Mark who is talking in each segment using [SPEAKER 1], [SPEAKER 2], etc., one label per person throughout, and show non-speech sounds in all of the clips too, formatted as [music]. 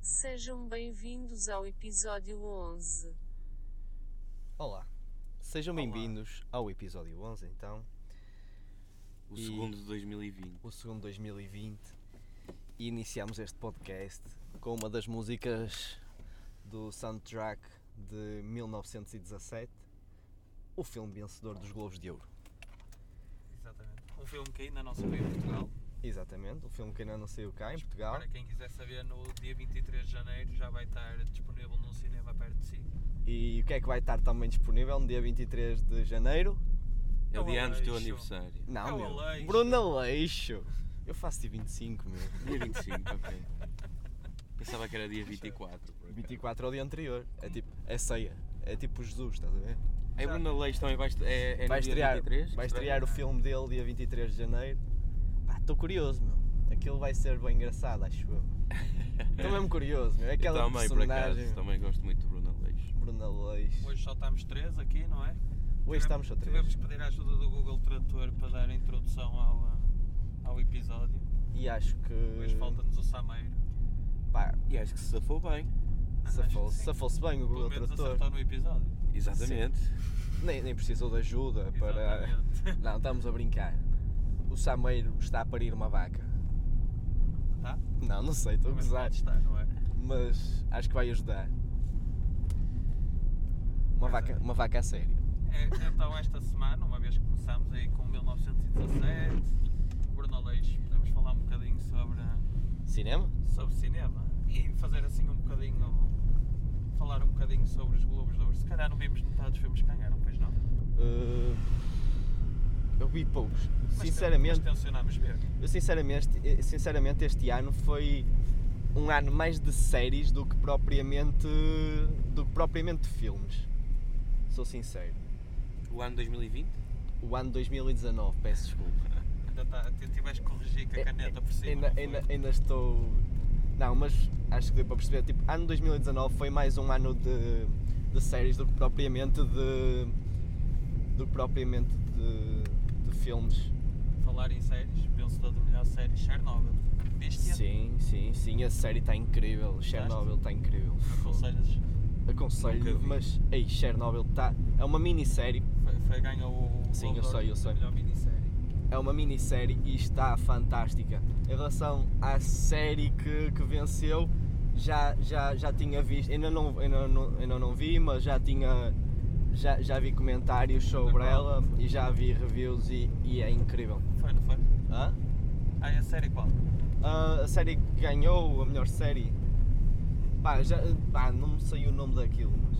[SPEAKER 1] Sejam bem-vindos ao episódio 11.
[SPEAKER 2] Olá, sejam
[SPEAKER 3] Olá.
[SPEAKER 2] bem-vindos ao episódio 11 então,
[SPEAKER 3] O
[SPEAKER 2] E-
[SPEAKER 3] segundo de 2020.
[SPEAKER 2] o segundo 2020 e iniciamos este podcast com uma das músicas do soundtrack de 1917, o filme vencedor dos Globos de Ouro.
[SPEAKER 4] Exatamente. Um filme que ainda não saiu em Portugal.
[SPEAKER 2] Exatamente, o filme que ainda não saiu cá em Portugal.
[SPEAKER 4] Para quem quiser saber, no dia 23 de janeiro já vai estar disponível num cinema perto de si.
[SPEAKER 2] E o que é que vai estar também disponível no dia 23 de janeiro?
[SPEAKER 3] É o
[SPEAKER 4] Olá,
[SPEAKER 3] dia antes do teu
[SPEAKER 4] Aleixo.
[SPEAKER 3] aniversário.
[SPEAKER 4] É o
[SPEAKER 2] Não, meu.
[SPEAKER 4] Aleixo.
[SPEAKER 2] Bruno Aleixo. Eu faço dia 25, meu.
[SPEAKER 3] Dia 25, ok. Pensava que era dia 24. por acaso.
[SPEAKER 2] 24 é o dia anterior. É tipo, é ceia. É tipo Jesus, estás a ver?
[SPEAKER 3] Aí Bruno Leis também vai, est- é, é
[SPEAKER 2] vai
[SPEAKER 3] no dia
[SPEAKER 2] estrear,
[SPEAKER 3] 23?
[SPEAKER 2] vai estrear o filme dele dia 23 de janeiro. Pá, estou curioso, meu. Aquilo vai ser bem engraçado, acho eu.
[SPEAKER 3] [laughs]
[SPEAKER 2] Estou mesmo curioso, meu. É
[SPEAKER 3] Eu
[SPEAKER 2] Aquela
[SPEAKER 3] também, por
[SPEAKER 2] personagem.
[SPEAKER 3] acaso, também gosto muito do Bruno Leis.
[SPEAKER 2] Bruna Leis. Hoje,
[SPEAKER 4] Hoje só estamos três aqui, não é? Tivemos-
[SPEAKER 2] estamos só três.
[SPEAKER 4] Tivemos que pedir a ajuda do Google Tradutor para dar a introdução ao, ah, ao episódio.
[SPEAKER 2] E acho que.
[SPEAKER 4] Hoje falta-nos o Sameiro.
[SPEAKER 2] Pá,
[SPEAKER 3] E acho que se safou bem.
[SPEAKER 2] safou-
[SPEAKER 4] Acho que sim.
[SPEAKER 2] safou-se bem o
[SPEAKER 4] Pelo
[SPEAKER 2] Google
[SPEAKER 4] menos
[SPEAKER 2] Tradutor.
[SPEAKER 4] acertou no episódio.
[SPEAKER 3] Exatamente.
[SPEAKER 2] Nem, nem precisou de ajuda É, para.
[SPEAKER 4] Exatamente.
[SPEAKER 2] Não, estamos a brincar. O Sameiro está a parir uma vaca.
[SPEAKER 4] Tá?
[SPEAKER 2] Não, não sei, estou a
[SPEAKER 4] Mas
[SPEAKER 2] gozar.
[SPEAKER 4] pode estar, não é?
[SPEAKER 2] mas acho que vai ajudar. Uma
[SPEAKER 4] Pois
[SPEAKER 2] vaca,
[SPEAKER 4] é.
[SPEAKER 2] uma vaca a sério.
[SPEAKER 4] É, então esta semana, uma vez que começámos aí com 1917, Bruno Leix, podemos falar um bocadinho sobre,
[SPEAKER 2] Cinema?
[SPEAKER 4] sobre cinema e fazer assim um bocadinho, falar um bocadinho sobre os Globos de Ouro. Se calhar não vimos metade dos filmes que ganharam, pois não?
[SPEAKER 2] Uh, eu vi poucos.
[SPEAKER 4] Mas
[SPEAKER 2] sinceramente,
[SPEAKER 4] ten- Mas tencionámos ver.
[SPEAKER 2] eu sinceramente, eh, sinceramente este ano foi um ano mais de séries do que propriamente do que propriamente de filmes. Sou sincero.
[SPEAKER 3] O ano 2020?
[SPEAKER 2] O ano 2019, peço desculpa.
[SPEAKER 4] Ainda tá, te- tiveste que corrigir com a caneta por cima.
[SPEAKER 2] Ainda,
[SPEAKER 4] não foi?
[SPEAKER 2] É, ainda, ainda estou. Não, mas acho que deu para perceber. Tipo, ano 2019 foi mais um ano de, de séries do que propriamente de. do que propriamente de, de filmes.
[SPEAKER 4] Falar em séries, vencedor da melhor série, Chernobyl. Viste?
[SPEAKER 2] Sim, sim, sim. A série está incrível. O Chernobyl está incrível.
[SPEAKER 4] Aconselhas?
[SPEAKER 2] Aconselho,
[SPEAKER 3] Nunca vi.
[SPEAKER 2] mas. Ei, Chernobyl está. É uma minissérie.
[SPEAKER 4] Foi, foi ganhou o
[SPEAKER 2] Sim, eu
[SPEAKER 4] Globo de Ouro
[SPEAKER 2] sei, eu
[SPEAKER 4] de
[SPEAKER 2] sei.
[SPEAKER 4] melhor minissérie.
[SPEAKER 2] É uma minissérie e está fantástica. Em relação à série que, que venceu, já, já, já tinha visto, ainda não, ainda, não, ainda não vi, mas já tinha. Já, já vi comentários sobre ela e já vi reviews e, e é incrível.
[SPEAKER 4] Foi, não foi?
[SPEAKER 2] Hã?
[SPEAKER 4] Ah, é a série qual?
[SPEAKER 2] Ah, a série que ganhou a melhor série. Pá, já, pá, não me saiu o nome daquilo, mas.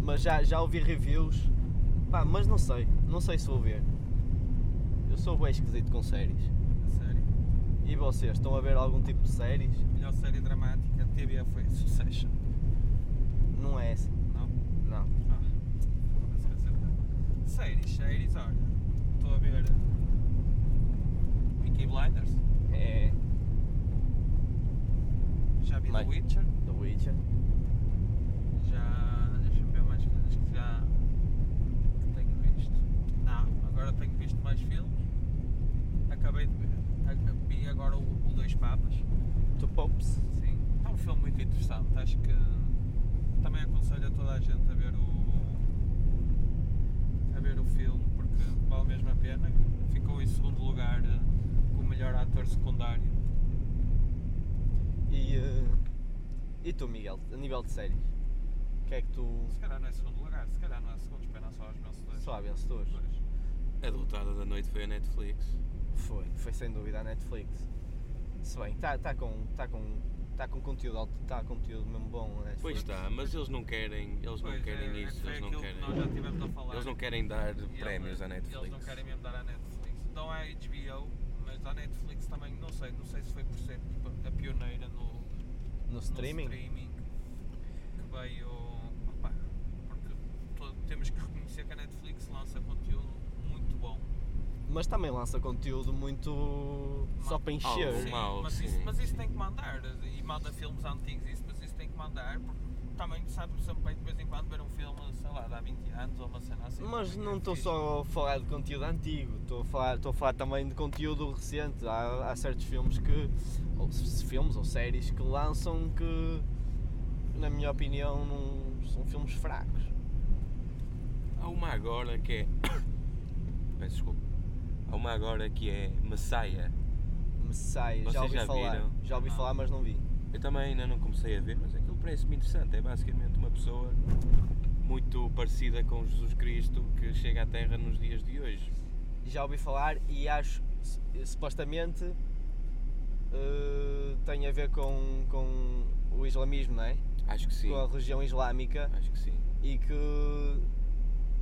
[SPEAKER 2] Mas já, já ouvi reviews. Pá, mas não sei. Não sei se vou ver. Eu sou bem esquisito com séries.
[SPEAKER 4] A série.
[SPEAKER 2] E vocês, estão a ver algum tipo de séries?
[SPEAKER 4] melhor série dramática de TBA foi Succession,
[SPEAKER 2] Não é essa?
[SPEAKER 4] não?
[SPEAKER 2] Não.
[SPEAKER 4] Ah, foda-se, quer dizer, séries, séries, olha, é estou a ver eh, Peaky Blinders,
[SPEAKER 2] É
[SPEAKER 4] já vi
[SPEAKER 2] Mãe.
[SPEAKER 4] The Witcher,
[SPEAKER 2] The Witcher.
[SPEAKER 4] já, deixa-me ver mais coisas que já tenho visto. Não, agora tenho visto mais filmes, acabei de ver, ac- vi agora o, o Dois Papas,
[SPEAKER 2] Two Popes.
[SPEAKER 4] sim, é um filme muito interessante, acho que também aconselho a toda a gente a ver o a ver o filme porque vale mesmo a pena. Ficou em segundo lugar eh, com o melhor ator secundário.
[SPEAKER 2] E, eh, e tu, Miguel, a nível de séries? O que é que tu.
[SPEAKER 4] Se calhar não é segundo lugar, se calhar não é segundo, pena só aos vencedores.
[SPEAKER 2] Só há vencedores.
[SPEAKER 4] Pois.
[SPEAKER 3] A derrotada da noite foi a Netflix.
[SPEAKER 2] Foi, foi sem dúvida a Netflix. Se bem, está tá com, tá com, tá com conteúdo alto, está conteúdo mesmo bom a Netflix.
[SPEAKER 3] Pois tá. está, mas eles não querem, eles não
[SPEAKER 4] Pois,
[SPEAKER 3] querem
[SPEAKER 4] é,
[SPEAKER 3] isso,
[SPEAKER 4] foi
[SPEAKER 3] eles não
[SPEAKER 4] aquilo
[SPEAKER 3] querem.
[SPEAKER 4] Que nós já tivemos a falar.
[SPEAKER 3] Eles não querem dar
[SPEAKER 4] E eles-
[SPEAKER 3] prémios à Netflix.
[SPEAKER 4] Eles não querem mesmo dar à Netflix. Dão à HBO, mas à Netflix também não sei, não sei se foi por ser tipo, a pioneira no,
[SPEAKER 2] No streaming?
[SPEAKER 4] no streaming que veio. opá, porque to- temos que reconhecer que a Netflix lança conteúdo muito bom.
[SPEAKER 2] Mas também lança conteúdo muito. só para encher.
[SPEAKER 3] Algo. Mau,
[SPEAKER 4] mas,
[SPEAKER 3] sim,
[SPEAKER 4] isso, mas isso
[SPEAKER 3] sim.
[SPEAKER 4] tem que mandar. E manda filmes antigos, isso, mas isso tem que mandar porque também sabe-me sempre bem de vez em quando ver um filme, sei lá, de há 20 anos ou uma cena assim.
[SPEAKER 2] Mas
[SPEAKER 4] também
[SPEAKER 2] não
[SPEAKER 4] é
[SPEAKER 2] estou
[SPEAKER 4] fixe.
[SPEAKER 2] só a falar de conteúdo antigo, estou a falar, estou a falar também de conteúdo recente. Há, há certos filmes que, ou se- filmes ou séries que lançam que, na minha opinião, não- são filmes fracos.
[SPEAKER 3] Há uma agora que é. [coughs] Peço desculpa. Há uma agora que é Messiah.
[SPEAKER 2] Messiah, já
[SPEAKER 3] Vocês
[SPEAKER 2] ouvi
[SPEAKER 3] já
[SPEAKER 2] falar,
[SPEAKER 3] viram?
[SPEAKER 2] já ouvi
[SPEAKER 4] Não.
[SPEAKER 2] falar, mas não vi.
[SPEAKER 3] Eu também ainda não comecei a ver, mas aquilo parece-me interessante. É basicamente uma pessoa muito parecida com Jesus Cristo que chega à Terra nos dias de hoje.
[SPEAKER 2] Já ouvi falar e acho, s- supostamente, eh, tem a ver com, com o islamismo, não é?
[SPEAKER 3] Acho que sim.
[SPEAKER 2] Com a religião islâmica.
[SPEAKER 3] Acho que sim.
[SPEAKER 2] e que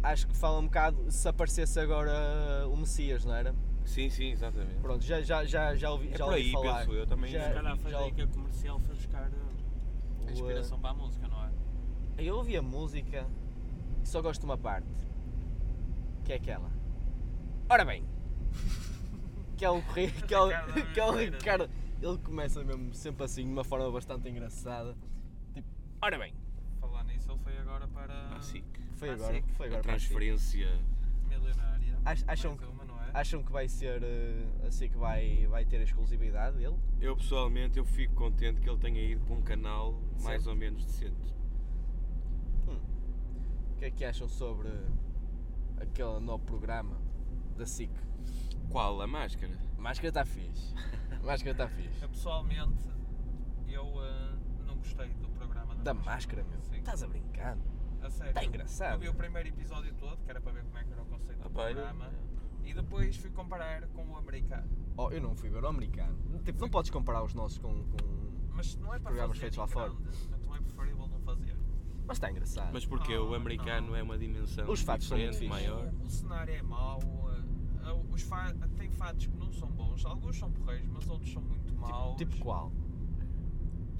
[SPEAKER 2] acho que fala um bocado se aparecesse agora o Messias, não era?
[SPEAKER 3] Sim, sim, exatamente.
[SPEAKER 2] Pronto, já, já, já, já ouvi,
[SPEAKER 3] É
[SPEAKER 2] já
[SPEAKER 3] por
[SPEAKER 2] ouvi
[SPEAKER 3] aí,
[SPEAKER 2] falar.
[SPEAKER 3] penso eu também.
[SPEAKER 2] Já-
[SPEAKER 4] Se calhar foi
[SPEAKER 2] já-
[SPEAKER 4] daí que a comercial foi buscar uh,
[SPEAKER 2] O,
[SPEAKER 4] a inspiração para a música, não é?
[SPEAKER 2] eh, Eu ouvi a música e só gosto de uma parte, que é aquela. Ora bem, que é o
[SPEAKER 4] [laughs]
[SPEAKER 2] Correio, que é o,
[SPEAKER 4] Ricardo
[SPEAKER 2] que é o
[SPEAKER 4] Oliveira.
[SPEAKER 2] Ricardo. Ele começa mesmo sempre assim, de uma forma bastante engraçada. Tipo, ora bem,
[SPEAKER 4] Falar nisso, ele foi agora para
[SPEAKER 3] Ah, sim.
[SPEAKER 2] foi
[SPEAKER 4] Ah,
[SPEAKER 2] agora,
[SPEAKER 4] sim.
[SPEAKER 2] foi agora.
[SPEAKER 3] A
[SPEAKER 2] para a SIC.
[SPEAKER 3] transferência.
[SPEAKER 4] Milionária.
[SPEAKER 2] Ach- acham
[SPEAKER 4] Mais
[SPEAKER 2] que-
[SPEAKER 4] uma, não é?
[SPEAKER 2] Acham que vai ser eh, assim que vai, vai ter a exclusividade dele?
[SPEAKER 3] Eu pessoalmente eu fico contente que ele tenha ido para um canal mais
[SPEAKER 2] Certo.
[SPEAKER 3] ou menos decente.
[SPEAKER 2] O que é que acham sobre aquele novo programa da SIC?
[SPEAKER 3] Qual a máscara?
[SPEAKER 2] Máscara está
[SPEAKER 4] [laughs]
[SPEAKER 2] fixe. Máscara está fixe.
[SPEAKER 4] Eu, pessoalmente, eu uh, não gostei do programa
[SPEAKER 2] Da máscara, meu.
[SPEAKER 4] Sim.
[SPEAKER 2] Estás a brincar?
[SPEAKER 4] A sério.
[SPEAKER 2] Está engraçado.
[SPEAKER 4] Eu vi o primeiro episódio todo, que era para ver como é que era o conceito do
[SPEAKER 2] Tá
[SPEAKER 3] Ah, pá, eu-
[SPEAKER 4] programa. E depois fui comparar com o americano.
[SPEAKER 2] Oh, eu não fui ver o americano. Tipo, não podes comparar os nossos com... com-
[SPEAKER 4] Mas não é para
[SPEAKER 2] Programas
[SPEAKER 4] fazer
[SPEAKER 2] feitos lá
[SPEAKER 4] em
[SPEAKER 2] fora.
[SPEAKER 4] grande, Então é preferível não fazer.
[SPEAKER 2] Mas está engraçado.
[SPEAKER 3] Mas porque
[SPEAKER 4] Ah,
[SPEAKER 3] o americano
[SPEAKER 4] não.
[SPEAKER 3] é uma dimensão
[SPEAKER 2] Os fatos são
[SPEAKER 3] diferente,
[SPEAKER 2] muito fixe.
[SPEAKER 3] maior.
[SPEAKER 4] O cenário é mau. uh, uh, Os fa- tem fatos que não são bons. Alguns são porreiros, mas outros são muito maus.
[SPEAKER 2] tipo, tipo qual?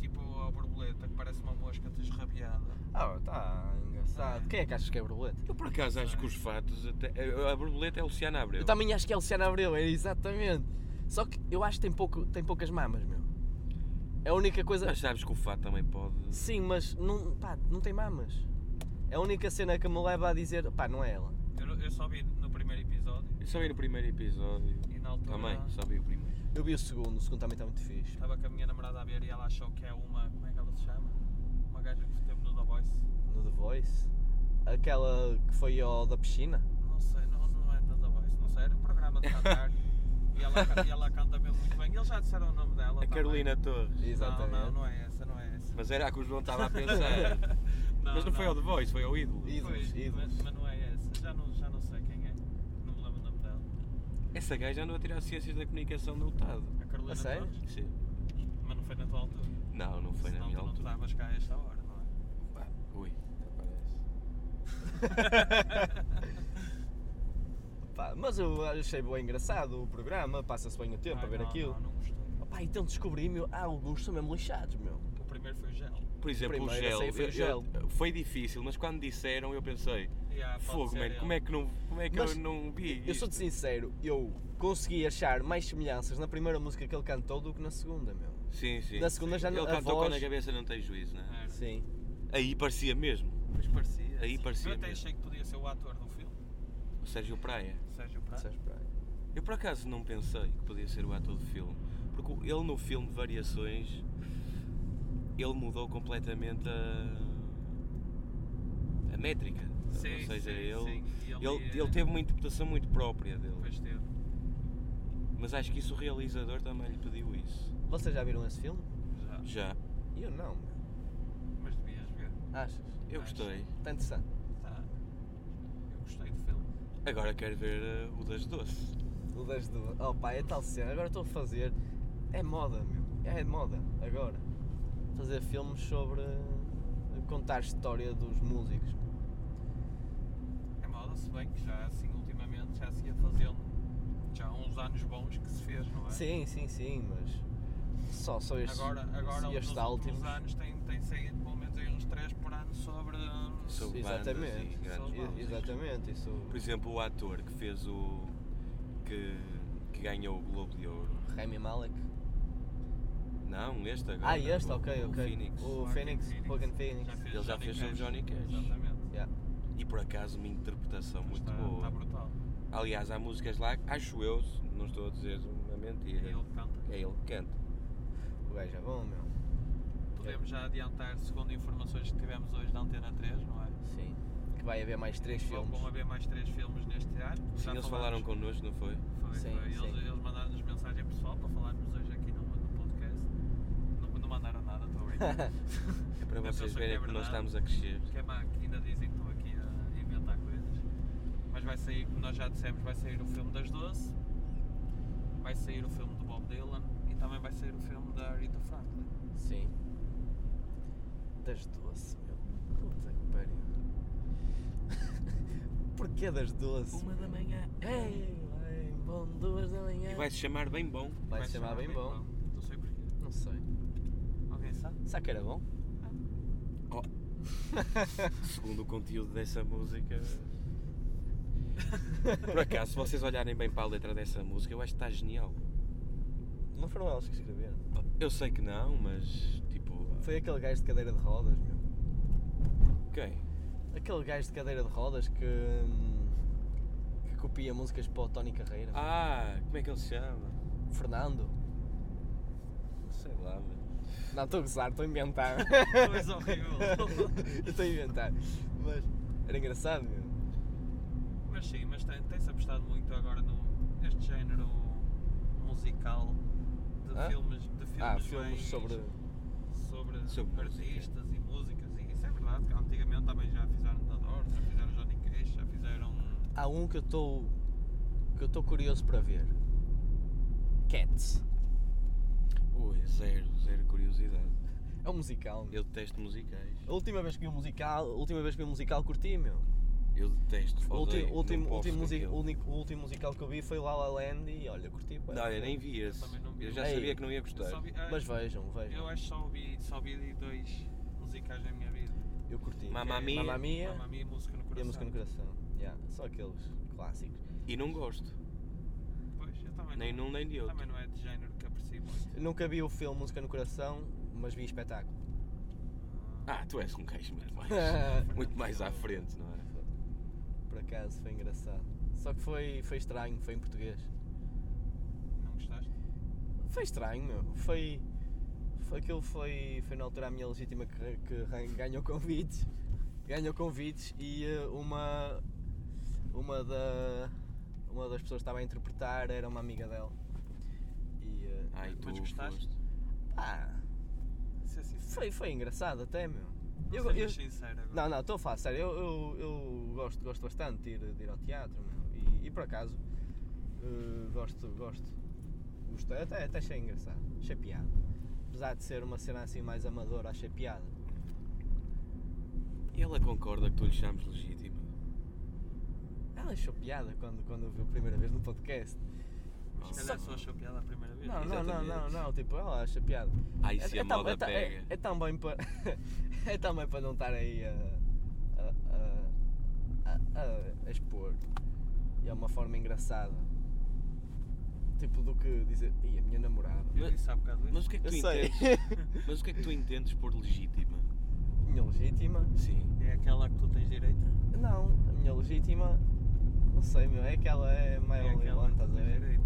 [SPEAKER 4] Tipo a borboleta, que parece uma mosca desrabiada.
[SPEAKER 2] Ah, está engraçado. Quem é que achas que é borboleta?
[SPEAKER 3] Eu por acaso acho que os fatos até. A borboleta é a Luciana Abreu.
[SPEAKER 2] Eu também acho que é Luciana Abreu, é exatamente. Só que eu acho que tem, pouco, tem poucas mamas, meu. É a única coisa...
[SPEAKER 3] Mas sabes que o fato também pode.
[SPEAKER 2] Sim, mas não, pá, não tem mamas. É a única cena que me leva a dizer, pá, não é ela.
[SPEAKER 4] Eu, eu só vi no primeiro episódio
[SPEAKER 3] Eu só vi no primeiro episódio.
[SPEAKER 4] e na altura
[SPEAKER 3] Também, só vi o primeiro.
[SPEAKER 2] Eu vi o segundo, o segundo também está muito fixe.
[SPEAKER 4] estava com a minha namorada a ver e ela achou que é uma. Como é que ela se chama? Uma gaja que esteve no The Voice.
[SPEAKER 2] No The Voice. Aquela que foi ao da piscina.
[SPEAKER 4] Não sei, não, não é no The Voice, não sei, era um programa de cantar e, ela, ca- e ela canta mesmo muito bem. Eles já disseram o nome dela.
[SPEAKER 3] A
[SPEAKER 4] também.
[SPEAKER 3] Carolina Torres.
[SPEAKER 2] Exatamente.
[SPEAKER 4] Não, não, não é essa, não é essa.
[SPEAKER 3] Mas era a que o João estava a pensar.
[SPEAKER 4] Não,
[SPEAKER 3] Mas [laughs] não foi ao The Voice, foi ao ídolo.
[SPEAKER 2] Ídolo.
[SPEAKER 4] Pois,
[SPEAKER 2] Ídolos, ídolos.
[SPEAKER 4] Mas, mas não é essa, já não, já não sei quem é. Não me lembro o nome dela.
[SPEAKER 3] Essa gaja andou a tirar ciências da comunicação no Tado.
[SPEAKER 4] A Carolina
[SPEAKER 2] A sério?
[SPEAKER 4] Torres.
[SPEAKER 3] Sim.
[SPEAKER 4] Mas não foi na tua altura.
[SPEAKER 3] Não, não foi na
[SPEAKER 4] Senão
[SPEAKER 3] minha
[SPEAKER 4] tu não
[SPEAKER 3] altura.
[SPEAKER 4] estavas cá a esta hora,
[SPEAKER 3] [laughs]
[SPEAKER 4] não é?
[SPEAKER 3] Pá, Ui, parece.
[SPEAKER 2] Pá, mas eu achei bem engraçado o programa, passa-se bem o tempo
[SPEAKER 4] Ai,
[SPEAKER 2] a ver
[SPEAKER 4] não,
[SPEAKER 2] aquilo.
[SPEAKER 4] Não, não gostei.
[SPEAKER 2] Pá, então descobri, meu, há alguns que são mesmo lixados, meu.
[SPEAKER 4] O primeiro foi o gel.
[SPEAKER 3] Por exemplo,
[SPEAKER 2] Primeiro,
[SPEAKER 3] o
[SPEAKER 2] essa aí
[SPEAKER 3] gel.
[SPEAKER 2] foi o
[SPEAKER 3] eu- eu- foi difícil, mas quando disseram eu pensei,
[SPEAKER 4] Yeah, pode
[SPEAKER 3] fogo,
[SPEAKER 4] ser
[SPEAKER 3] mano,
[SPEAKER 4] ele.
[SPEAKER 3] como é que, não, como é que
[SPEAKER 2] Mas
[SPEAKER 3] eu não vi?
[SPEAKER 2] Eu sou-te
[SPEAKER 3] isto?"
[SPEAKER 2] sincero, eu consegui achar mais semelhanças na primeira música que ele cantou do que na segunda, meu.
[SPEAKER 3] Sim, sim.
[SPEAKER 2] Na segunda já
[SPEAKER 3] Ele
[SPEAKER 2] não- a
[SPEAKER 3] cantou
[SPEAKER 2] voz-
[SPEAKER 3] quando a cabeça não tem juízo, não é?
[SPEAKER 4] Era.
[SPEAKER 2] Sim.
[SPEAKER 3] Aí parecia mesmo.
[SPEAKER 4] Pois parecia.
[SPEAKER 3] Aí
[SPEAKER 4] sim.
[SPEAKER 3] parecia
[SPEAKER 4] Eu até
[SPEAKER 3] mesmo.
[SPEAKER 4] achei que podia ser o ator do filme,
[SPEAKER 3] O Sérgio Praia.
[SPEAKER 4] Sérgio Prado.
[SPEAKER 2] Sabes, pá.
[SPEAKER 3] Eu por acaso não pensei que podia ser o ator do filme. Porque o- ele no filme de Variações, ele mudou completamente a, a métrica. Ou
[SPEAKER 4] Sim,
[SPEAKER 3] seja,
[SPEAKER 4] sim,
[SPEAKER 3] é ele,
[SPEAKER 4] sim. E
[SPEAKER 3] ele,
[SPEAKER 4] eh,
[SPEAKER 3] ele teve uma interpretação muito própria dele.
[SPEAKER 4] Pois teve.
[SPEAKER 3] Mas acho que isso o realizador também lhe pediu isso.
[SPEAKER 2] Vocês já viram esse filme?
[SPEAKER 4] Já.
[SPEAKER 3] Já.
[SPEAKER 2] Eu não, meu.
[SPEAKER 4] Mas devias ver.
[SPEAKER 2] Achas?
[SPEAKER 3] Ah, Eu
[SPEAKER 4] Acho.
[SPEAKER 3] gostei.
[SPEAKER 2] Está interessante.
[SPEAKER 4] Tá. Eu gostei do filme.
[SPEAKER 3] Agora quero ver eh, o das doce.
[SPEAKER 2] O das duas. Oh pá, é tal cena, agora estou a fazer. É moda, meu. É moda, agora. Fazer filmes sobre. contar a história dos músicos.
[SPEAKER 4] É moda, se bem que já assim ultimamente já se ia fazendo. Já há uns anos bons que se fez, não é?
[SPEAKER 2] Sim, sim, sim, mas. Só, só estes.
[SPEAKER 4] Agora, agora
[SPEAKER 2] estes
[SPEAKER 4] nos
[SPEAKER 2] últimos.
[SPEAKER 4] últimos anos tem, tem saído pelo menos aí uns 3 por ano sobre. hum,
[SPEAKER 3] Sobre bandas
[SPEAKER 2] Exatamente.
[SPEAKER 3] e grandes
[SPEAKER 2] E-
[SPEAKER 3] músicos.
[SPEAKER 2] Exatamente, isso.
[SPEAKER 3] Por exemplo, o ator que fez o. que, que ganhou o Globo de Ouro.
[SPEAKER 2] Remy Malek.
[SPEAKER 3] Não, este agora.
[SPEAKER 2] Ah, este,
[SPEAKER 3] o-
[SPEAKER 2] ok,
[SPEAKER 3] o
[SPEAKER 2] ok.
[SPEAKER 3] Phoenix.
[SPEAKER 2] O Phoenix, Joaquin Phoenix.
[SPEAKER 3] Ele já fez sobre Johnny Cash.
[SPEAKER 4] Exatamente. Então
[SPEAKER 3] E por acaso uma interpretação muito
[SPEAKER 4] está,
[SPEAKER 3] boa.
[SPEAKER 4] está brutal.
[SPEAKER 3] Aliás, há músicas lá, acho eu, se não estou a dizer uma
[SPEAKER 4] E
[SPEAKER 3] mentira.
[SPEAKER 4] ele canta.
[SPEAKER 3] É ele que canta.
[SPEAKER 2] O gajo é bom, meu.
[SPEAKER 4] Podemos já adiantar, segundo informações que tivemos hoje na Antena 3, não é?
[SPEAKER 2] Sim. Que vai haver mais três
[SPEAKER 4] Vão-
[SPEAKER 2] filmes. [laughs]
[SPEAKER 4] Vão haver mais três filmes neste ano.
[SPEAKER 3] Sim,
[SPEAKER 4] Já
[SPEAKER 3] eles falaram
[SPEAKER 4] falámos.
[SPEAKER 3] connosco, não foi? É
[SPEAKER 4] Foi,
[SPEAKER 2] Sim,
[SPEAKER 4] foi.
[SPEAKER 2] sim.
[SPEAKER 4] Eles, eles mandaram-nos mensagem pessoal para falarmos hoje aqui no, no podcast. Não, não mandaram nada, estou a brincar.
[SPEAKER 2] [laughs]
[SPEAKER 3] É para
[SPEAKER 4] Ainda
[SPEAKER 3] vocês
[SPEAKER 4] pensam que
[SPEAKER 3] verem
[SPEAKER 4] é
[SPEAKER 3] que, nós
[SPEAKER 4] verdade.
[SPEAKER 3] estamos a crescer.
[SPEAKER 4] que é má, que ainda dizem que estou aqui a inventar coisas. Mas vai sair, como nós já dissemos, vai sair o filme das 12, vai sair o filme do Bob Dylan e também vai sair o filme da Rita Franklin.
[SPEAKER 2] Sim. Das doce, meu. Puta que pariu. [laughs] Porquê das doce?
[SPEAKER 3] Uma da manhã.
[SPEAKER 2] Ei, ei, bom, duas da manhã.
[SPEAKER 3] E vai-se chamar bem bom.
[SPEAKER 2] Vai se chamar bem bom.
[SPEAKER 4] Não sei porquê.
[SPEAKER 2] Não sei.
[SPEAKER 4] Alguém sabe?
[SPEAKER 2] Será que era bom? [laughs]
[SPEAKER 3] Oh, Segundo o conteúdo dessa música. [laughs] Por acaso, se vocês olharem bem para a letra dessa música, eu acho que está genial.
[SPEAKER 2] Não foram elas que escreveram.
[SPEAKER 3] Eu sei que não, mas tipo.
[SPEAKER 2] Foi aquele gajo de cadeira de rodas, meu.
[SPEAKER 3] Quem?
[SPEAKER 2] Aquele gajo de cadeira de rodas que. hum, que copia músicas para o Tony Carreira.
[SPEAKER 3] Ah, como é que ele se chama?
[SPEAKER 2] Fernando.
[SPEAKER 3] Sei lá, mas...
[SPEAKER 2] Não, estou a gozar, estou a inventar.
[SPEAKER 4] Tu és horrível.
[SPEAKER 2] [laughs] Eu Estou a inventar. Mas era engraçado, meu.
[SPEAKER 4] mas sim, mas tem- tem-se apostado muito agora no, neste género musical de
[SPEAKER 2] Hã?
[SPEAKER 4] filmes, de filmes,
[SPEAKER 2] ah, filmes
[SPEAKER 4] mais-
[SPEAKER 2] sobre.
[SPEAKER 4] sobre,
[SPEAKER 3] Sobre
[SPEAKER 4] artistas e músicas e isso é verdade, que antigamente também já fizeram The Doors, já fizeram Johnny Cash, já fizeram
[SPEAKER 2] Há um que eu estou. que eu estou curioso para ver. Cats.
[SPEAKER 3] Ui, zero, zero curiosidade.
[SPEAKER 2] É um musical, meu.
[SPEAKER 3] Eu detesto musicais.
[SPEAKER 2] A última vez que vi um musical, a última vez que vi um musical curti, meu.
[SPEAKER 3] Eu detesto.
[SPEAKER 2] O
[SPEAKER 3] odeio,
[SPEAKER 2] último, último,
[SPEAKER 3] não posso
[SPEAKER 2] último, music-
[SPEAKER 3] daquilo.
[SPEAKER 2] único- o último musical que eu vi foi La La Land e olha, curti. bué.
[SPEAKER 3] Não, eu nem vi esse.
[SPEAKER 4] também não vi.
[SPEAKER 3] Eu já
[SPEAKER 2] Ei.
[SPEAKER 3] sabia que não ia
[SPEAKER 4] eu só
[SPEAKER 3] gostar.
[SPEAKER 4] vi- ah,
[SPEAKER 2] Mas vejam, vejam.
[SPEAKER 4] eu acho que só ouvi, só ouvi dois musicais na minha vida é
[SPEAKER 2] Eu curti.
[SPEAKER 3] Mamma Mia.
[SPEAKER 2] Mamma Mia
[SPEAKER 4] Mamma Mia, Música no
[SPEAKER 2] e
[SPEAKER 4] Coração
[SPEAKER 2] a música no coração. Yeah, só aqueles clássicos.
[SPEAKER 3] E não gosto.
[SPEAKER 4] Pois, eu também
[SPEAKER 3] Nem
[SPEAKER 4] não,
[SPEAKER 3] num nem de outro.
[SPEAKER 4] também não é de género que aprecio muito
[SPEAKER 2] Eu nunca vi o filme Música no Coração, mas vi espetáculo.
[SPEAKER 3] Ah, tu és um gajo muito
[SPEAKER 2] [laughs]
[SPEAKER 3] mais,
[SPEAKER 4] Ah,
[SPEAKER 2] Por
[SPEAKER 3] muito mais à frente, não é?
[SPEAKER 2] acaso foi engraçado. Só que foi, foi estranho, foi em português.
[SPEAKER 4] não gostaste?
[SPEAKER 2] Foi estranho, meu. Foi. foi aquilo foi, foi na altura a minha legítima que, que ran- ganhou convites. Ganhou convites e eh, uma. Uma, da, uma das pessoas que estava a interpretar era uma amiga dela. E. eh,
[SPEAKER 3] Ah, e tu
[SPEAKER 4] Mas gostaste?
[SPEAKER 3] foste.
[SPEAKER 2] pá,
[SPEAKER 4] Ser é sincero,
[SPEAKER 2] foi, foi engraçado até, meu.
[SPEAKER 4] não
[SPEAKER 2] Eu-
[SPEAKER 4] sejas
[SPEAKER 2] eu-
[SPEAKER 4] sincero agora
[SPEAKER 2] Não, não, estou a falar sério. Eu, eu, eu gosto, gosto bastante de ir, de ir ao teatro meu. E, e por acaso eh, gosto, gosto. Gostei, até, até achei engraçado, achei piada. Apesar de ser uma cena assim mais amadora, achei piada.
[SPEAKER 3] E ela concorda que tu lhe chames legítimo.
[SPEAKER 2] Ela achou piada quando, quando viu a primeira vez no podcast.
[SPEAKER 4] mas se calhar só achou piada a primeira vez
[SPEAKER 2] Não, não, não, não,
[SPEAKER 3] Exatamente.
[SPEAKER 2] não, tipo, ela acha piada.
[SPEAKER 3] Ai, se a
[SPEAKER 2] tam-
[SPEAKER 3] moda
[SPEAKER 2] ta- é-
[SPEAKER 3] pega.
[SPEAKER 2] é também para. [laughs] é também para não estar aí a. a- a, a, a, a expor. E é uma forma engraçada. Tipo do que dizer. Ih, a minha namorada.
[SPEAKER 4] eu disse há bocado isso
[SPEAKER 3] Mas o que é que
[SPEAKER 2] Eu
[SPEAKER 3] tu
[SPEAKER 2] sei.
[SPEAKER 3] entendes?
[SPEAKER 2] [laughs]
[SPEAKER 3] Mas o que é que tu entendes por legítima?
[SPEAKER 2] minha legítima.
[SPEAKER 3] Sim.
[SPEAKER 4] é aquela que tu tens direito
[SPEAKER 2] Não, a minha legítima. Não sei, meu. É aquela. É
[SPEAKER 4] É
[SPEAKER 2] meio
[SPEAKER 4] aquela
[SPEAKER 2] leilão,
[SPEAKER 4] que
[SPEAKER 2] estás a
[SPEAKER 4] tem
[SPEAKER 2] ver?
[SPEAKER 4] direito.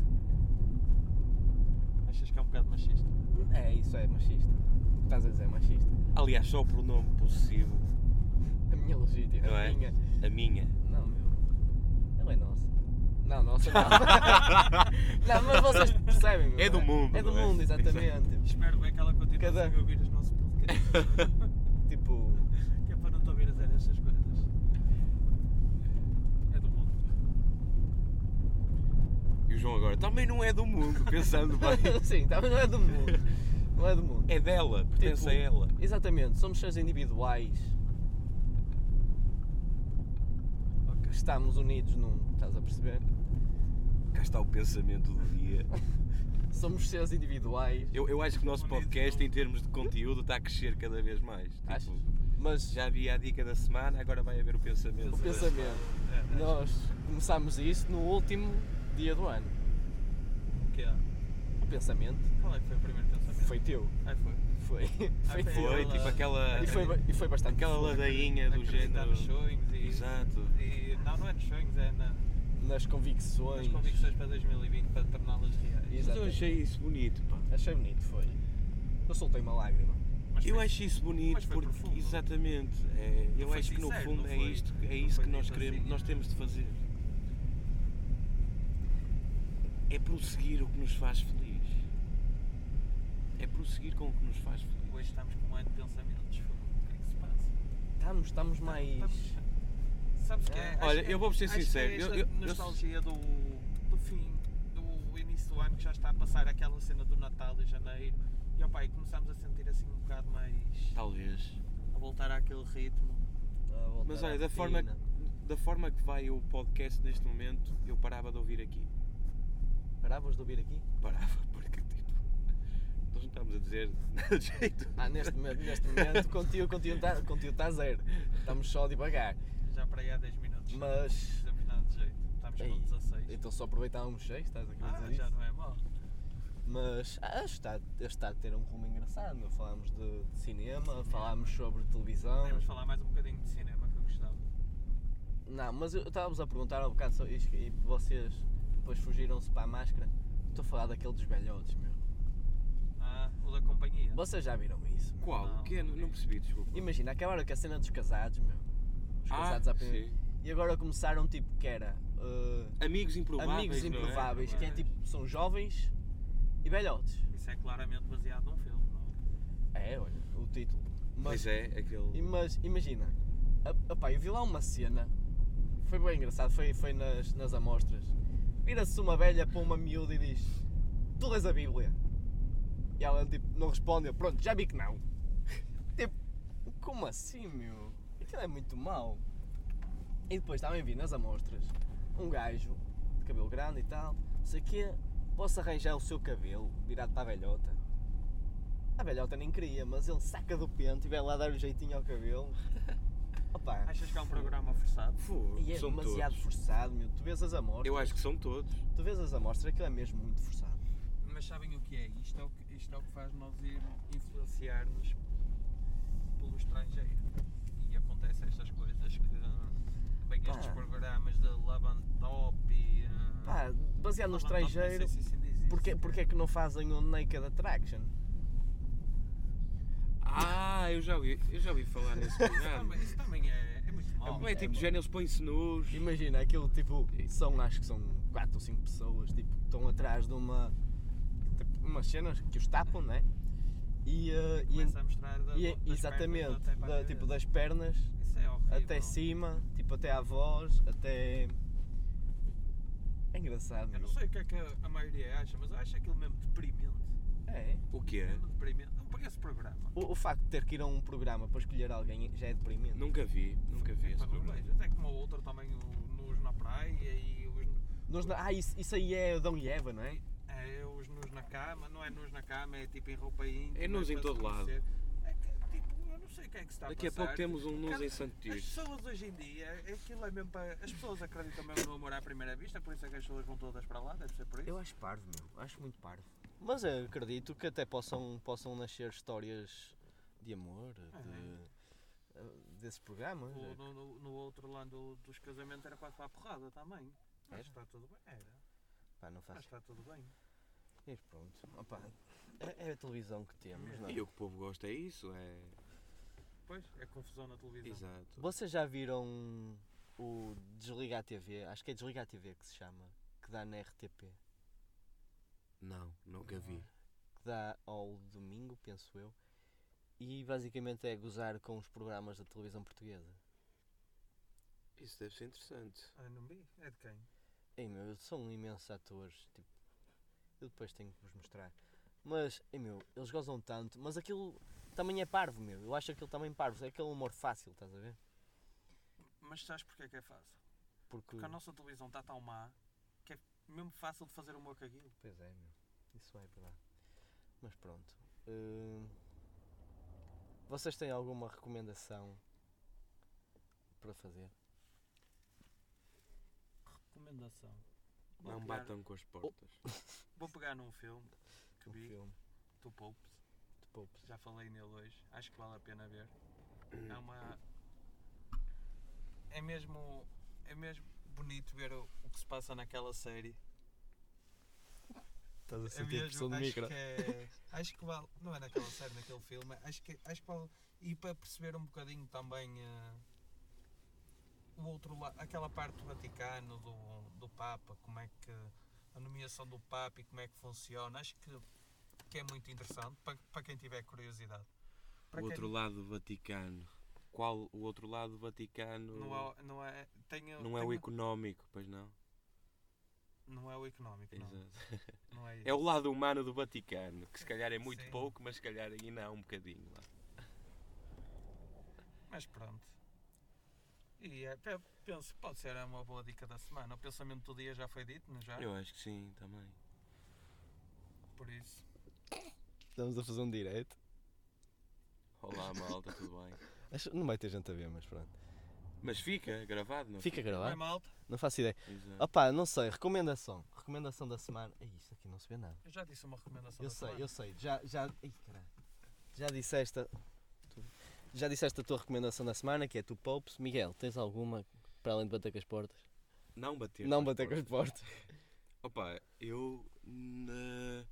[SPEAKER 4] Achas que é um bocado machista?
[SPEAKER 2] É, isso é machista. O que estás a dizer é machista.
[SPEAKER 3] Aliás, só o pronome possessivo.
[SPEAKER 2] A minha legítima.
[SPEAKER 3] Não
[SPEAKER 2] a
[SPEAKER 3] é?
[SPEAKER 2] minha.
[SPEAKER 3] A minha.
[SPEAKER 2] Não, meu. Ela é nossa. Não, nossa não.
[SPEAKER 3] [laughs]
[SPEAKER 2] não, mas vocês percebem, meu.
[SPEAKER 3] É do mundo,
[SPEAKER 2] É do
[SPEAKER 3] não é?
[SPEAKER 2] mundo, exatamente.
[SPEAKER 4] Espero bem que ela continue
[SPEAKER 2] Cada-
[SPEAKER 4] a ouvir os nossos podcasts, [laughs]
[SPEAKER 2] Tipo,
[SPEAKER 4] que é para não te ouvir a dizer estas coisas. É do mundo.
[SPEAKER 3] [laughs] E o João agora também não é do mundo, [laughs] pensando bem.
[SPEAKER 2] tipo [laughs] sim, tá, mas não é do mundo. Não é do mundo.
[SPEAKER 3] É dela, pertence
[SPEAKER 2] Tipo,
[SPEAKER 3] a ela.
[SPEAKER 2] Exatamente, somos seres individuais.
[SPEAKER 4] Ok.
[SPEAKER 2] Estamos unidos num. Estás a perceber?
[SPEAKER 3] Cá está o pensamento do dia.
[SPEAKER 2] Somos seres individuais.
[SPEAKER 3] Eu, eu acho que o nosso podcast, em termos de conteúdo, está a crescer cada vez mais. Tipo,
[SPEAKER 2] Achas? Mas
[SPEAKER 3] já havia a dica da semana, agora vai haver o pensamento.
[SPEAKER 2] o pensamento.
[SPEAKER 4] É, acho
[SPEAKER 2] Nós começámos isso no último dia do ano.
[SPEAKER 4] que é.
[SPEAKER 2] O pensamento.
[SPEAKER 4] Qual é que foi o primeiro pensamento?
[SPEAKER 2] Foi teu.
[SPEAKER 4] Ai, foi.
[SPEAKER 2] Foi. Foi teu.
[SPEAKER 4] foi.
[SPEAKER 3] Foi
[SPEAKER 4] Aquela-
[SPEAKER 3] tipo aquela.
[SPEAKER 2] E foi, ba- e foi bastante.
[SPEAKER 3] Aquela
[SPEAKER 2] foda.
[SPEAKER 3] ladainha do
[SPEAKER 4] Acreditar
[SPEAKER 3] género.
[SPEAKER 4] nos sonhos e.
[SPEAKER 3] Exato.
[SPEAKER 4] E, não, não é nos sonhos, é na,
[SPEAKER 2] Nas
[SPEAKER 4] nas
[SPEAKER 2] convicções.
[SPEAKER 4] convicções para 2020 para torná-las reais.
[SPEAKER 2] Exato.
[SPEAKER 3] Mas eu achei isso bonito, pá.
[SPEAKER 2] Achei bonito, foi. Eu soltei uma lágrima.
[SPEAKER 4] Mas
[SPEAKER 3] Eu
[SPEAKER 4] foi-
[SPEAKER 3] acho isso bonito
[SPEAKER 4] mas foi
[SPEAKER 3] porque
[SPEAKER 4] profundo.
[SPEAKER 3] exatamente, é, eu
[SPEAKER 4] foi
[SPEAKER 3] acho que no
[SPEAKER 4] sincero,
[SPEAKER 3] fundo
[SPEAKER 4] não
[SPEAKER 3] é
[SPEAKER 4] foi-
[SPEAKER 3] isto,
[SPEAKER 4] não
[SPEAKER 3] é isso
[SPEAKER 4] foi
[SPEAKER 3] que nós
[SPEAKER 4] dito
[SPEAKER 3] queremos,
[SPEAKER 4] assim.
[SPEAKER 3] nós temos de fazer. É prosseguir o que nos faz feliz. É prosseguir com o que nos faz feliz.
[SPEAKER 4] Hoje estamos com um ano de pensamentos. fogo. O que é que se passa?
[SPEAKER 2] Estamos, estamos mais. Ah.
[SPEAKER 4] Estamos- Sabes que é? acho
[SPEAKER 3] Olha,
[SPEAKER 4] que é-
[SPEAKER 3] eu vou-vos ser
[SPEAKER 4] acho que é
[SPEAKER 3] sincero, eu-
[SPEAKER 4] esta
[SPEAKER 3] eu- eu-
[SPEAKER 4] nostalgia do, do fim, do início do ano que já está a passar aquela cena do Natal e janeiro. E opa, e começámos a sentir assim um bocado mais.
[SPEAKER 3] Talvez.
[SPEAKER 4] a voltar àquele ritmo.
[SPEAKER 2] a eh, voltar
[SPEAKER 3] Mas olha,
[SPEAKER 2] à
[SPEAKER 3] da forma,
[SPEAKER 2] rotina.
[SPEAKER 3] da forma que vai o podcast neste momento, eu parava de ouvir aqui.
[SPEAKER 2] Paravas de ouvir aqui?
[SPEAKER 3] Parava [laughs] porque tipo. Nós não estamos a dizer [laughs] nada de jeito.
[SPEAKER 2] Ah, neste momento,
[SPEAKER 3] [laughs]
[SPEAKER 2] neste momento, contigo está contigo tá zero. Estamos só devagar.
[SPEAKER 4] Já para aí há 10 minutos. Não
[SPEAKER 2] Mas.
[SPEAKER 4] fizemos nada de jeito. Estamos
[SPEAKER 2] Ei,
[SPEAKER 4] com 16.
[SPEAKER 2] então só aproveitávamos seis, estás a querer
[SPEAKER 4] ah,
[SPEAKER 2] dizer
[SPEAKER 4] já
[SPEAKER 2] isso?
[SPEAKER 4] não é mal.
[SPEAKER 2] Mas ah, acho que está, acho que está a ter um rumo engraçado. meu. Falámos de, de cinema, falámos sobre televisão.
[SPEAKER 4] Podemos falar mais um bocadinho de cinema que eu gostava.
[SPEAKER 2] Não, mas eu estávamos a perguntar há um bocado sobre isto e vocês depois fugiram-se para a máscara. Estou a falar daquele dos velhotes, meu.
[SPEAKER 4] Ah, o da companhia.
[SPEAKER 2] Vocês já viram isso? meu?
[SPEAKER 3] Qual?
[SPEAKER 4] Não,
[SPEAKER 3] o que é?
[SPEAKER 4] não
[SPEAKER 3] Não, não
[SPEAKER 4] vi.
[SPEAKER 3] percebi, desculpa.
[SPEAKER 2] Imagina, acabaram com a cena dos casados, meu. Os
[SPEAKER 3] Ah,
[SPEAKER 2] casados à primeira.
[SPEAKER 3] sim.
[SPEAKER 2] E agora começaram tipo que era eh,
[SPEAKER 3] Amigos improváveis.
[SPEAKER 2] amigos
[SPEAKER 3] não é?
[SPEAKER 2] improváveis, que é
[SPEAKER 4] Improváveis.
[SPEAKER 2] tipo, são jovens e velhotes.
[SPEAKER 4] Isso é claramente baseado num filme, não?
[SPEAKER 2] É, olha, o título. Mas,
[SPEAKER 3] Pois é, aquele.
[SPEAKER 2] e- mas imagina, a- opá, eu vi lá uma cena, foi bem engraçado, foi, foi nas, nas amostras. Vira-se uma velha para uma miúda e diz: Tu lês a Bíblia? E ela tipo, não responde, eu, pronto, já vi que não. [laughs] tipo, como assim, meu? Aquilo é muito mau. E depois também vi nas amostras um gajo de cabelo grande e tal, não sei que posso arranjar o seu cabelo virado para a velhota. A velhota nem queria, mas ele saca do pente e vai lá dar um jeitinho ao
[SPEAKER 4] [laughs]
[SPEAKER 2] cabelo. Opa,
[SPEAKER 4] Achas que é um programa forçado?
[SPEAKER 3] Fogo,
[SPEAKER 2] e é
[SPEAKER 3] são
[SPEAKER 2] demasiado
[SPEAKER 3] todos.
[SPEAKER 2] forçado, meu. Tu vês as amostras.
[SPEAKER 3] Eu acho que são todos.
[SPEAKER 2] Tu vês as amostras, aquilo é mesmo muito forçado.
[SPEAKER 4] Mas sabem o que é? Isto é o que, isto é o que faz nós ir influenciar-nos pelo estrangeiro. E acontece estas coisas que bem
[SPEAKER 2] Pá.
[SPEAKER 4] estes programas de Love on Top e. ah,
[SPEAKER 2] Pá, baseado no
[SPEAKER 4] Love on Top,
[SPEAKER 2] estrangeiro,
[SPEAKER 4] não sei se assim diz isso.
[SPEAKER 2] porque, porque é que não fazem um Naked Attraction?
[SPEAKER 3] Ah, eu já ouvi, eu já ouvi falar [laughs] nesse
[SPEAKER 4] Isso
[SPEAKER 3] programa.
[SPEAKER 4] também, isso também é, é muito mal.
[SPEAKER 3] tá é tipo de género, eles põem-se nus.
[SPEAKER 2] Imagina, aquilo tipo, são acho que são 4 ou 5 pessoas tipo, que estão atrás de uma. Tipo, umas cenas que os tapam, né? E, eh, e,
[SPEAKER 4] Começa a mostrar da,
[SPEAKER 2] e- é
[SPEAKER 4] das pernas
[SPEAKER 2] exatamente,
[SPEAKER 4] até para a
[SPEAKER 2] da- tipo
[SPEAKER 4] cabeça.
[SPEAKER 2] das pernas
[SPEAKER 4] Isso é horrível.
[SPEAKER 2] até cima, tipo até à voz, até. É engraçado.
[SPEAKER 4] Eu
[SPEAKER 2] meu.
[SPEAKER 4] não sei o que é que a maioria acha, mas eu acho aquilo mesmo deprimente.
[SPEAKER 2] É.
[SPEAKER 3] O que é?
[SPEAKER 4] Mesmo deprimente. Não para esse programa.
[SPEAKER 2] O, o facto de ter que ir a um programa para escolher alguém já é deprimente.
[SPEAKER 3] Nunca vi, nunca vi
[SPEAKER 4] É
[SPEAKER 3] esse
[SPEAKER 4] para não
[SPEAKER 3] programa.
[SPEAKER 4] vejo. Até como o outro também, o- nos na praia e os,
[SPEAKER 2] Nós não- ah, isso, isso aí é Adão e Eva, não é?
[SPEAKER 4] é, os nos na cama. Não é nos na cama, é tipo em roupa íntima.
[SPEAKER 3] É nus em
[SPEAKER 4] para
[SPEAKER 3] todo
[SPEAKER 4] se
[SPEAKER 3] lado.
[SPEAKER 4] conhecer. É que, tipo, eu não sei o que é que se está
[SPEAKER 3] Daqui a
[SPEAKER 4] a passar.
[SPEAKER 3] pouco temos um nus
[SPEAKER 4] Cara,
[SPEAKER 3] em Santo
[SPEAKER 4] As
[SPEAKER 3] Tirso.
[SPEAKER 4] pessoas hoje em dia, aquilo é mesmo para. As pessoas acreditam mesmo no amor à primeira vista, por isso é que as pessoas vão todas para lá, deve ser por isso.
[SPEAKER 2] Eu acho parvo, meu. Acho muito parvo. Mas eu acredito que até possam, possam nascer histórias de eh, amor, de, desse programa.
[SPEAKER 4] O-
[SPEAKER 3] é.
[SPEAKER 4] no, no- no outro lá do- dos casamentos era quase para a porrada também.
[SPEAKER 3] É?
[SPEAKER 4] Mas está tudo bem. Era.
[SPEAKER 2] Pá,
[SPEAKER 3] Tá.
[SPEAKER 2] não
[SPEAKER 4] Mas
[SPEAKER 2] faço.
[SPEAKER 4] está tudo bem.
[SPEAKER 2] E pronto. Opa, é, é a televisão que temos, não é?
[SPEAKER 3] E o que o povo gosta é isso, é.
[SPEAKER 4] Pois, é confusão na televisão.
[SPEAKER 3] Exato.
[SPEAKER 2] Vocês já viram o Desliga a TV? Acho que é Desliga a TV que se chama. Que dá na RTP.
[SPEAKER 3] Não, nunca vi.
[SPEAKER 2] que dá ao domingo, penso eu, e basicamente é gozar com os programas da televisão portuguesa.
[SPEAKER 3] Isso deve ser interessante.
[SPEAKER 4] Ah, não vi? É de quem?
[SPEAKER 2] Ei meu, são imensos atores, tipo, eu depois tenho que vos mostrar. Mas, ei meu, eles gozam tanto, mas aquilo também é parvo, meu. Eu acho aquilo também parvo, é aquele humor fácil, estás a ver?
[SPEAKER 4] Mas sabes porque é que é fácil?
[SPEAKER 2] Porque.
[SPEAKER 4] Porque a nossa televisão está tão má que é mesmo fácil de fazer humor com aquilo.
[SPEAKER 2] Pois é, meu, isso é verdade. Mas pronto. hum, Vocês têm alguma recomendação para fazer?
[SPEAKER 4] Recomendação. Vou
[SPEAKER 3] Não
[SPEAKER 4] pegar-
[SPEAKER 3] batam com as portas.
[SPEAKER 4] Vou pegar num filme que
[SPEAKER 2] Um
[SPEAKER 4] vi,
[SPEAKER 2] filme?
[SPEAKER 4] tu poupes.
[SPEAKER 2] Popes.
[SPEAKER 4] Já falei nele hoje, acho que vale a pena ver. É uma. É mesmo. É mesmo bonito ver o, o que se passa naquela série.
[SPEAKER 2] Estás a
[SPEAKER 4] É
[SPEAKER 2] sentir a pressão
[SPEAKER 4] mesmo,
[SPEAKER 2] do
[SPEAKER 4] acho
[SPEAKER 2] micro.
[SPEAKER 4] que é. Acho que vale. Não é naquela série, naquele filme. Acho que, acho que vale. E para perceber um bocadinho também. eh, o outro lado, aquela parte do Vaticano, do, do Papa, como é que. a nomeação do Papa e como é que funciona. Acho que, que é muito interessante para, para quem tiver curiosidade. Para
[SPEAKER 3] O
[SPEAKER 4] quem-
[SPEAKER 3] outro lado do Vaticano. Qual o outro lado do Vaticano?
[SPEAKER 4] Não é, não é, tenho,
[SPEAKER 3] não é o
[SPEAKER 4] tenho-
[SPEAKER 3] económico, pois não?
[SPEAKER 4] não é o económico, não.
[SPEAKER 3] Exato.
[SPEAKER 4] não é,
[SPEAKER 3] É o lado humano do Vaticano, que se calhar é muito
[SPEAKER 4] Sim.
[SPEAKER 3] pouco, mas se calhar ainda há um bocadinho lá.
[SPEAKER 4] Mas pronto. E é, pe- penso, pode ser uma boa dica da semana. O pensamento do dia já foi dito, não é? já?
[SPEAKER 3] Eu acho que sim, também.
[SPEAKER 4] Por isso.
[SPEAKER 2] Estamos a fazer um direito.
[SPEAKER 3] Olá malta, tudo bem?
[SPEAKER 2] Acho, não vai ter gente a ver, mas pronto.
[SPEAKER 3] Mas fica gravado, não é?
[SPEAKER 2] Fica
[SPEAKER 4] Vai,
[SPEAKER 2] gravado?
[SPEAKER 4] malta.
[SPEAKER 2] Não faço ideia.
[SPEAKER 3] Exato.
[SPEAKER 2] Opa, não sei, recomendação. Recomendação da semana. Ei, isto aqui não se vê nada.
[SPEAKER 4] Eu já disse uma recomendação
[SPEAKER 2] Eu
[SPEAKER 4] da
[SPEAKER 2] sei,
[SPEAKER 4] semana.
[SPEAKER 2] eu sei. Já, já. Ei, caralho. Já disseste. a- tu- Já disseste a tua recomendação da semana, que é tu Popes. Miguel, tens alguma para além de bater com as portas?
[SPEAKER 3] Não bater.
[SPEAKER 2] não
[SPEAKER 3] com as
[SPEAKER 2] bater com as
[SPEAKER 3] portas.
[SPEAKER 2] portas.
[SPEAKER 3] Opa, eu. na-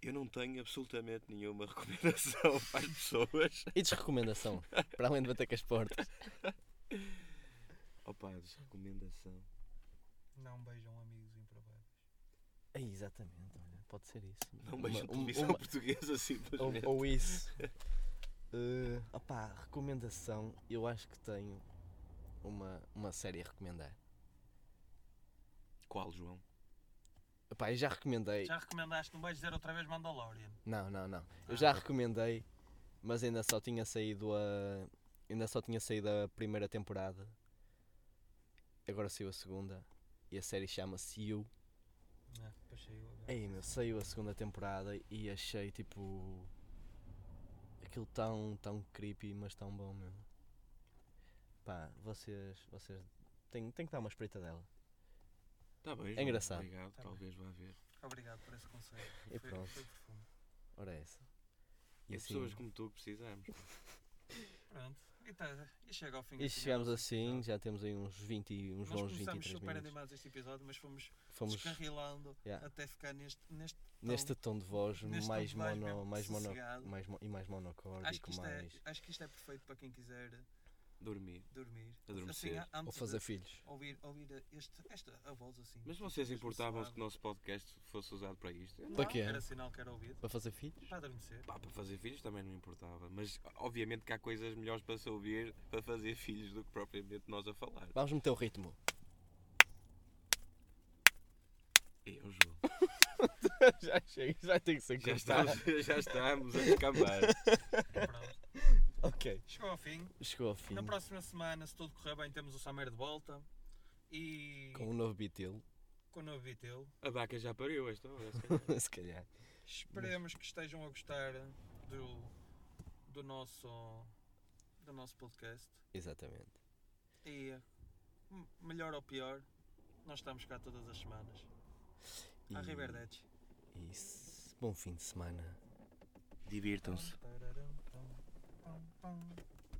[SPEAKER 3] Eu não tenho absolutamente nenhuma [laughs] recomendação para as pessoas.
[SPEAKER 2] E
[SPEAKER 3] [laughs]
[SPEAKER 2] desrecomendação, para além de bater com as portas.
[SPEAKER 3] Opa, desrecomendação.
[SPEAKER 4] Não beijam amigos improváveis.
[SPEAKER 2] É, exatamente, olha, pode ser isso.
[SPEAKER 3] Não
[SPEAKER 2] Uma-
[SPEAKER 3] vejo
[SPEAKER 2] uma-
[SPEAKER 3] televisão [laughs]
[SPEAKER 2] uma-
[SPEAKER 3] portuguesa assim
[SPEAKER 2] ou,
[SPEAKER 3] simplesmente.
[SPEAKER 2] ou isso. Eh, opá, recomendação, eu acho que tenho uma, uma série a recomendar.
[SPEAKER 3] Qual, João?
[SPEAKER 2] Opá, eu já recomendei.
[SPEAKER 4] Já recomendaste, não vais dizer outra vez Mandalorian.
[SPEAKER 2] Não, não, não. Eu
[SPEAKER 4] Ah.
[SPEAKER 2] já recomendei, mas ainda só tinha saído a. Ainda só tinha saído a primeira temporada. Agora saiu a segunda. E a série chama-se You.
[SPEAKER 4] Ah, depois saiu agora.
[SPEAKER 2] Ei meu, saiu a segunda temporada e achei tipo. aquilo tão, tão creepy, mas tão bom mesmo. Pá, vocês. vocês têm, têm que dar uma espreita dela.
[SPEAKER 3] Tá bem, João.
[SPEAKER 2] É engraçado.
[SPEAKER 3] Obrigado,
[SPEAKER 4] Tá
[SPEAKER 3] talvez vá ver.
[SPEAKER 4] Obrigado por esse conselho.
[SPEAKER 2] E
[SPEAKER 4] foi,
[SPEAKER 2] pronto.
[SPEAKER 4] foi profundo.
[SPEAKER 2] Ora, é essa.
[SPEAKER 3] E
[SPEAKER 2] E
[SPEAKER 3] as
[SPEAKER 2] assim.
[SPEAKER 3] pessoas como tu precisamos.
[SPEAKER 4] Pronto. E, tá, e chega ao fim.
[SPEAKER 2] E
[SPEAKER 4] assim,
[SPEAKER 2] chegámos
[SPEAKER 4] nosso
[SPEAKER 2] assim,
[SPEAKER 4] episódio.
[SPEAKER 2] já temos aí uns 20, uns
[SPEAKER 4] Nós
[SPEAKER 2] bons
[SPEAKER 4] começámos
[SPEAKER 2] 23
[SPEAKER 4] super
[SPEAKER 2] minutos.
[SPEAKER 4] animados este episódio, mas fomos,
[SPEAKER 2] Fomos
[SPEAKER 4] descarrilando
[SPEAKER 2] yeah,
[SPEAKER 4] até ficar neste, neste
[SPEAKER 2] neste tom de voz
[SPEAKER 4] Então, neste tom
[SPEAKER 2] mais
[SPEAKER 4] de voz
[SPEAKER 2] mono,
[SPEAKER 4] mesmo
[SPEAKER 2] mais mono,
[SPEAKER 4] sossegado.
[SPEAKER 2] mais mo- e mais
[SPEAKER 4] acho que,
[SPEAKER 2] monocórdico,
[SPEAKER 4] isto é,
[SPEAKER 2] mais
[SPEAKER 4] acho que isto é perfeito para quem quiser
[SPEAKER 3] Dormir.
[SPEAKER 4] dormir.
[SPEAKER 3] Adormecer.
[SPEAKER 4] Assim, a- antes
[SPEAKER 2] ou fazer
[SPEAKER 4] de
[SPEAKER 2] filhos.
[SPEAKER 4] ouvir, ouvir este, esta a voz assim.
[SPEAKER 3] Mas vocês
[SPEAKER 4] mesmo
[SPEAKER 3] importavam-se que o
[SPEAKER 4] suave.
[SPEAKER 3] nosso podcast fosse usado para isto? Eu não-
[SPEAKER 2] Para quê?
[SPEAKER 4] Era sinal que era ouvido.
[SPEAKER 2] Para fazer filhos?
[SPEAKER 4] Para adormecer.
[SPEAKER 3] Pá, para fazer filhos também não importava. Mas obviamente que há coisas melhores para se ouvir para fazer filhos do que propriamente nós a falar.
[SPEAKER 2] Vamos meter o
[SPEAKER 4] [laughs]
[SPEAKER 2] ritmo.
[SPEAKER 3] Eu, João.
[SPEAKER 2] já chega, já tem que ser
[SPEAKER 3] Já estamos, [laughs] já estamos a [laughs] descambar.
[SPEAKER 4] Pronto.
[SPEAKER 2] Ok.
[SPEAKER 4] [laughs] Chegou ao fim.
[SPEAKER 2] Chegou ao fim.
[SPEAKER 4] Na próxima semana, se tudo correr bem, temos o Summer de volta. E
[SPEAKER 2] Com um novo beatil,
[SPEAKER 4] com o novo Vitel.
[SPEAKER 3] A vaca já pariu esta hora, se
[SPEAKER 2] [laughs]
[SPEAKER 3] calhar.
[SPEAKER 2] se calhar.
[SPEAKER 4] Esperemos que estejam a gostar do, do, nosso, do nosso podcast.
[SPEAKER 2] Exatamente.
[SPEAKER 4] E hum, melhor ou pior, nós estamos cá todas as semanas.
[SPEAKER 2] E-
[SPEAKER 4] À Riverdete.
[SPEAKER 2] E s- bom fim de semana. então
[SPEAKER 3] Divirtam-se.
[SPEAKER 4] Tararão, pam, pam, pam.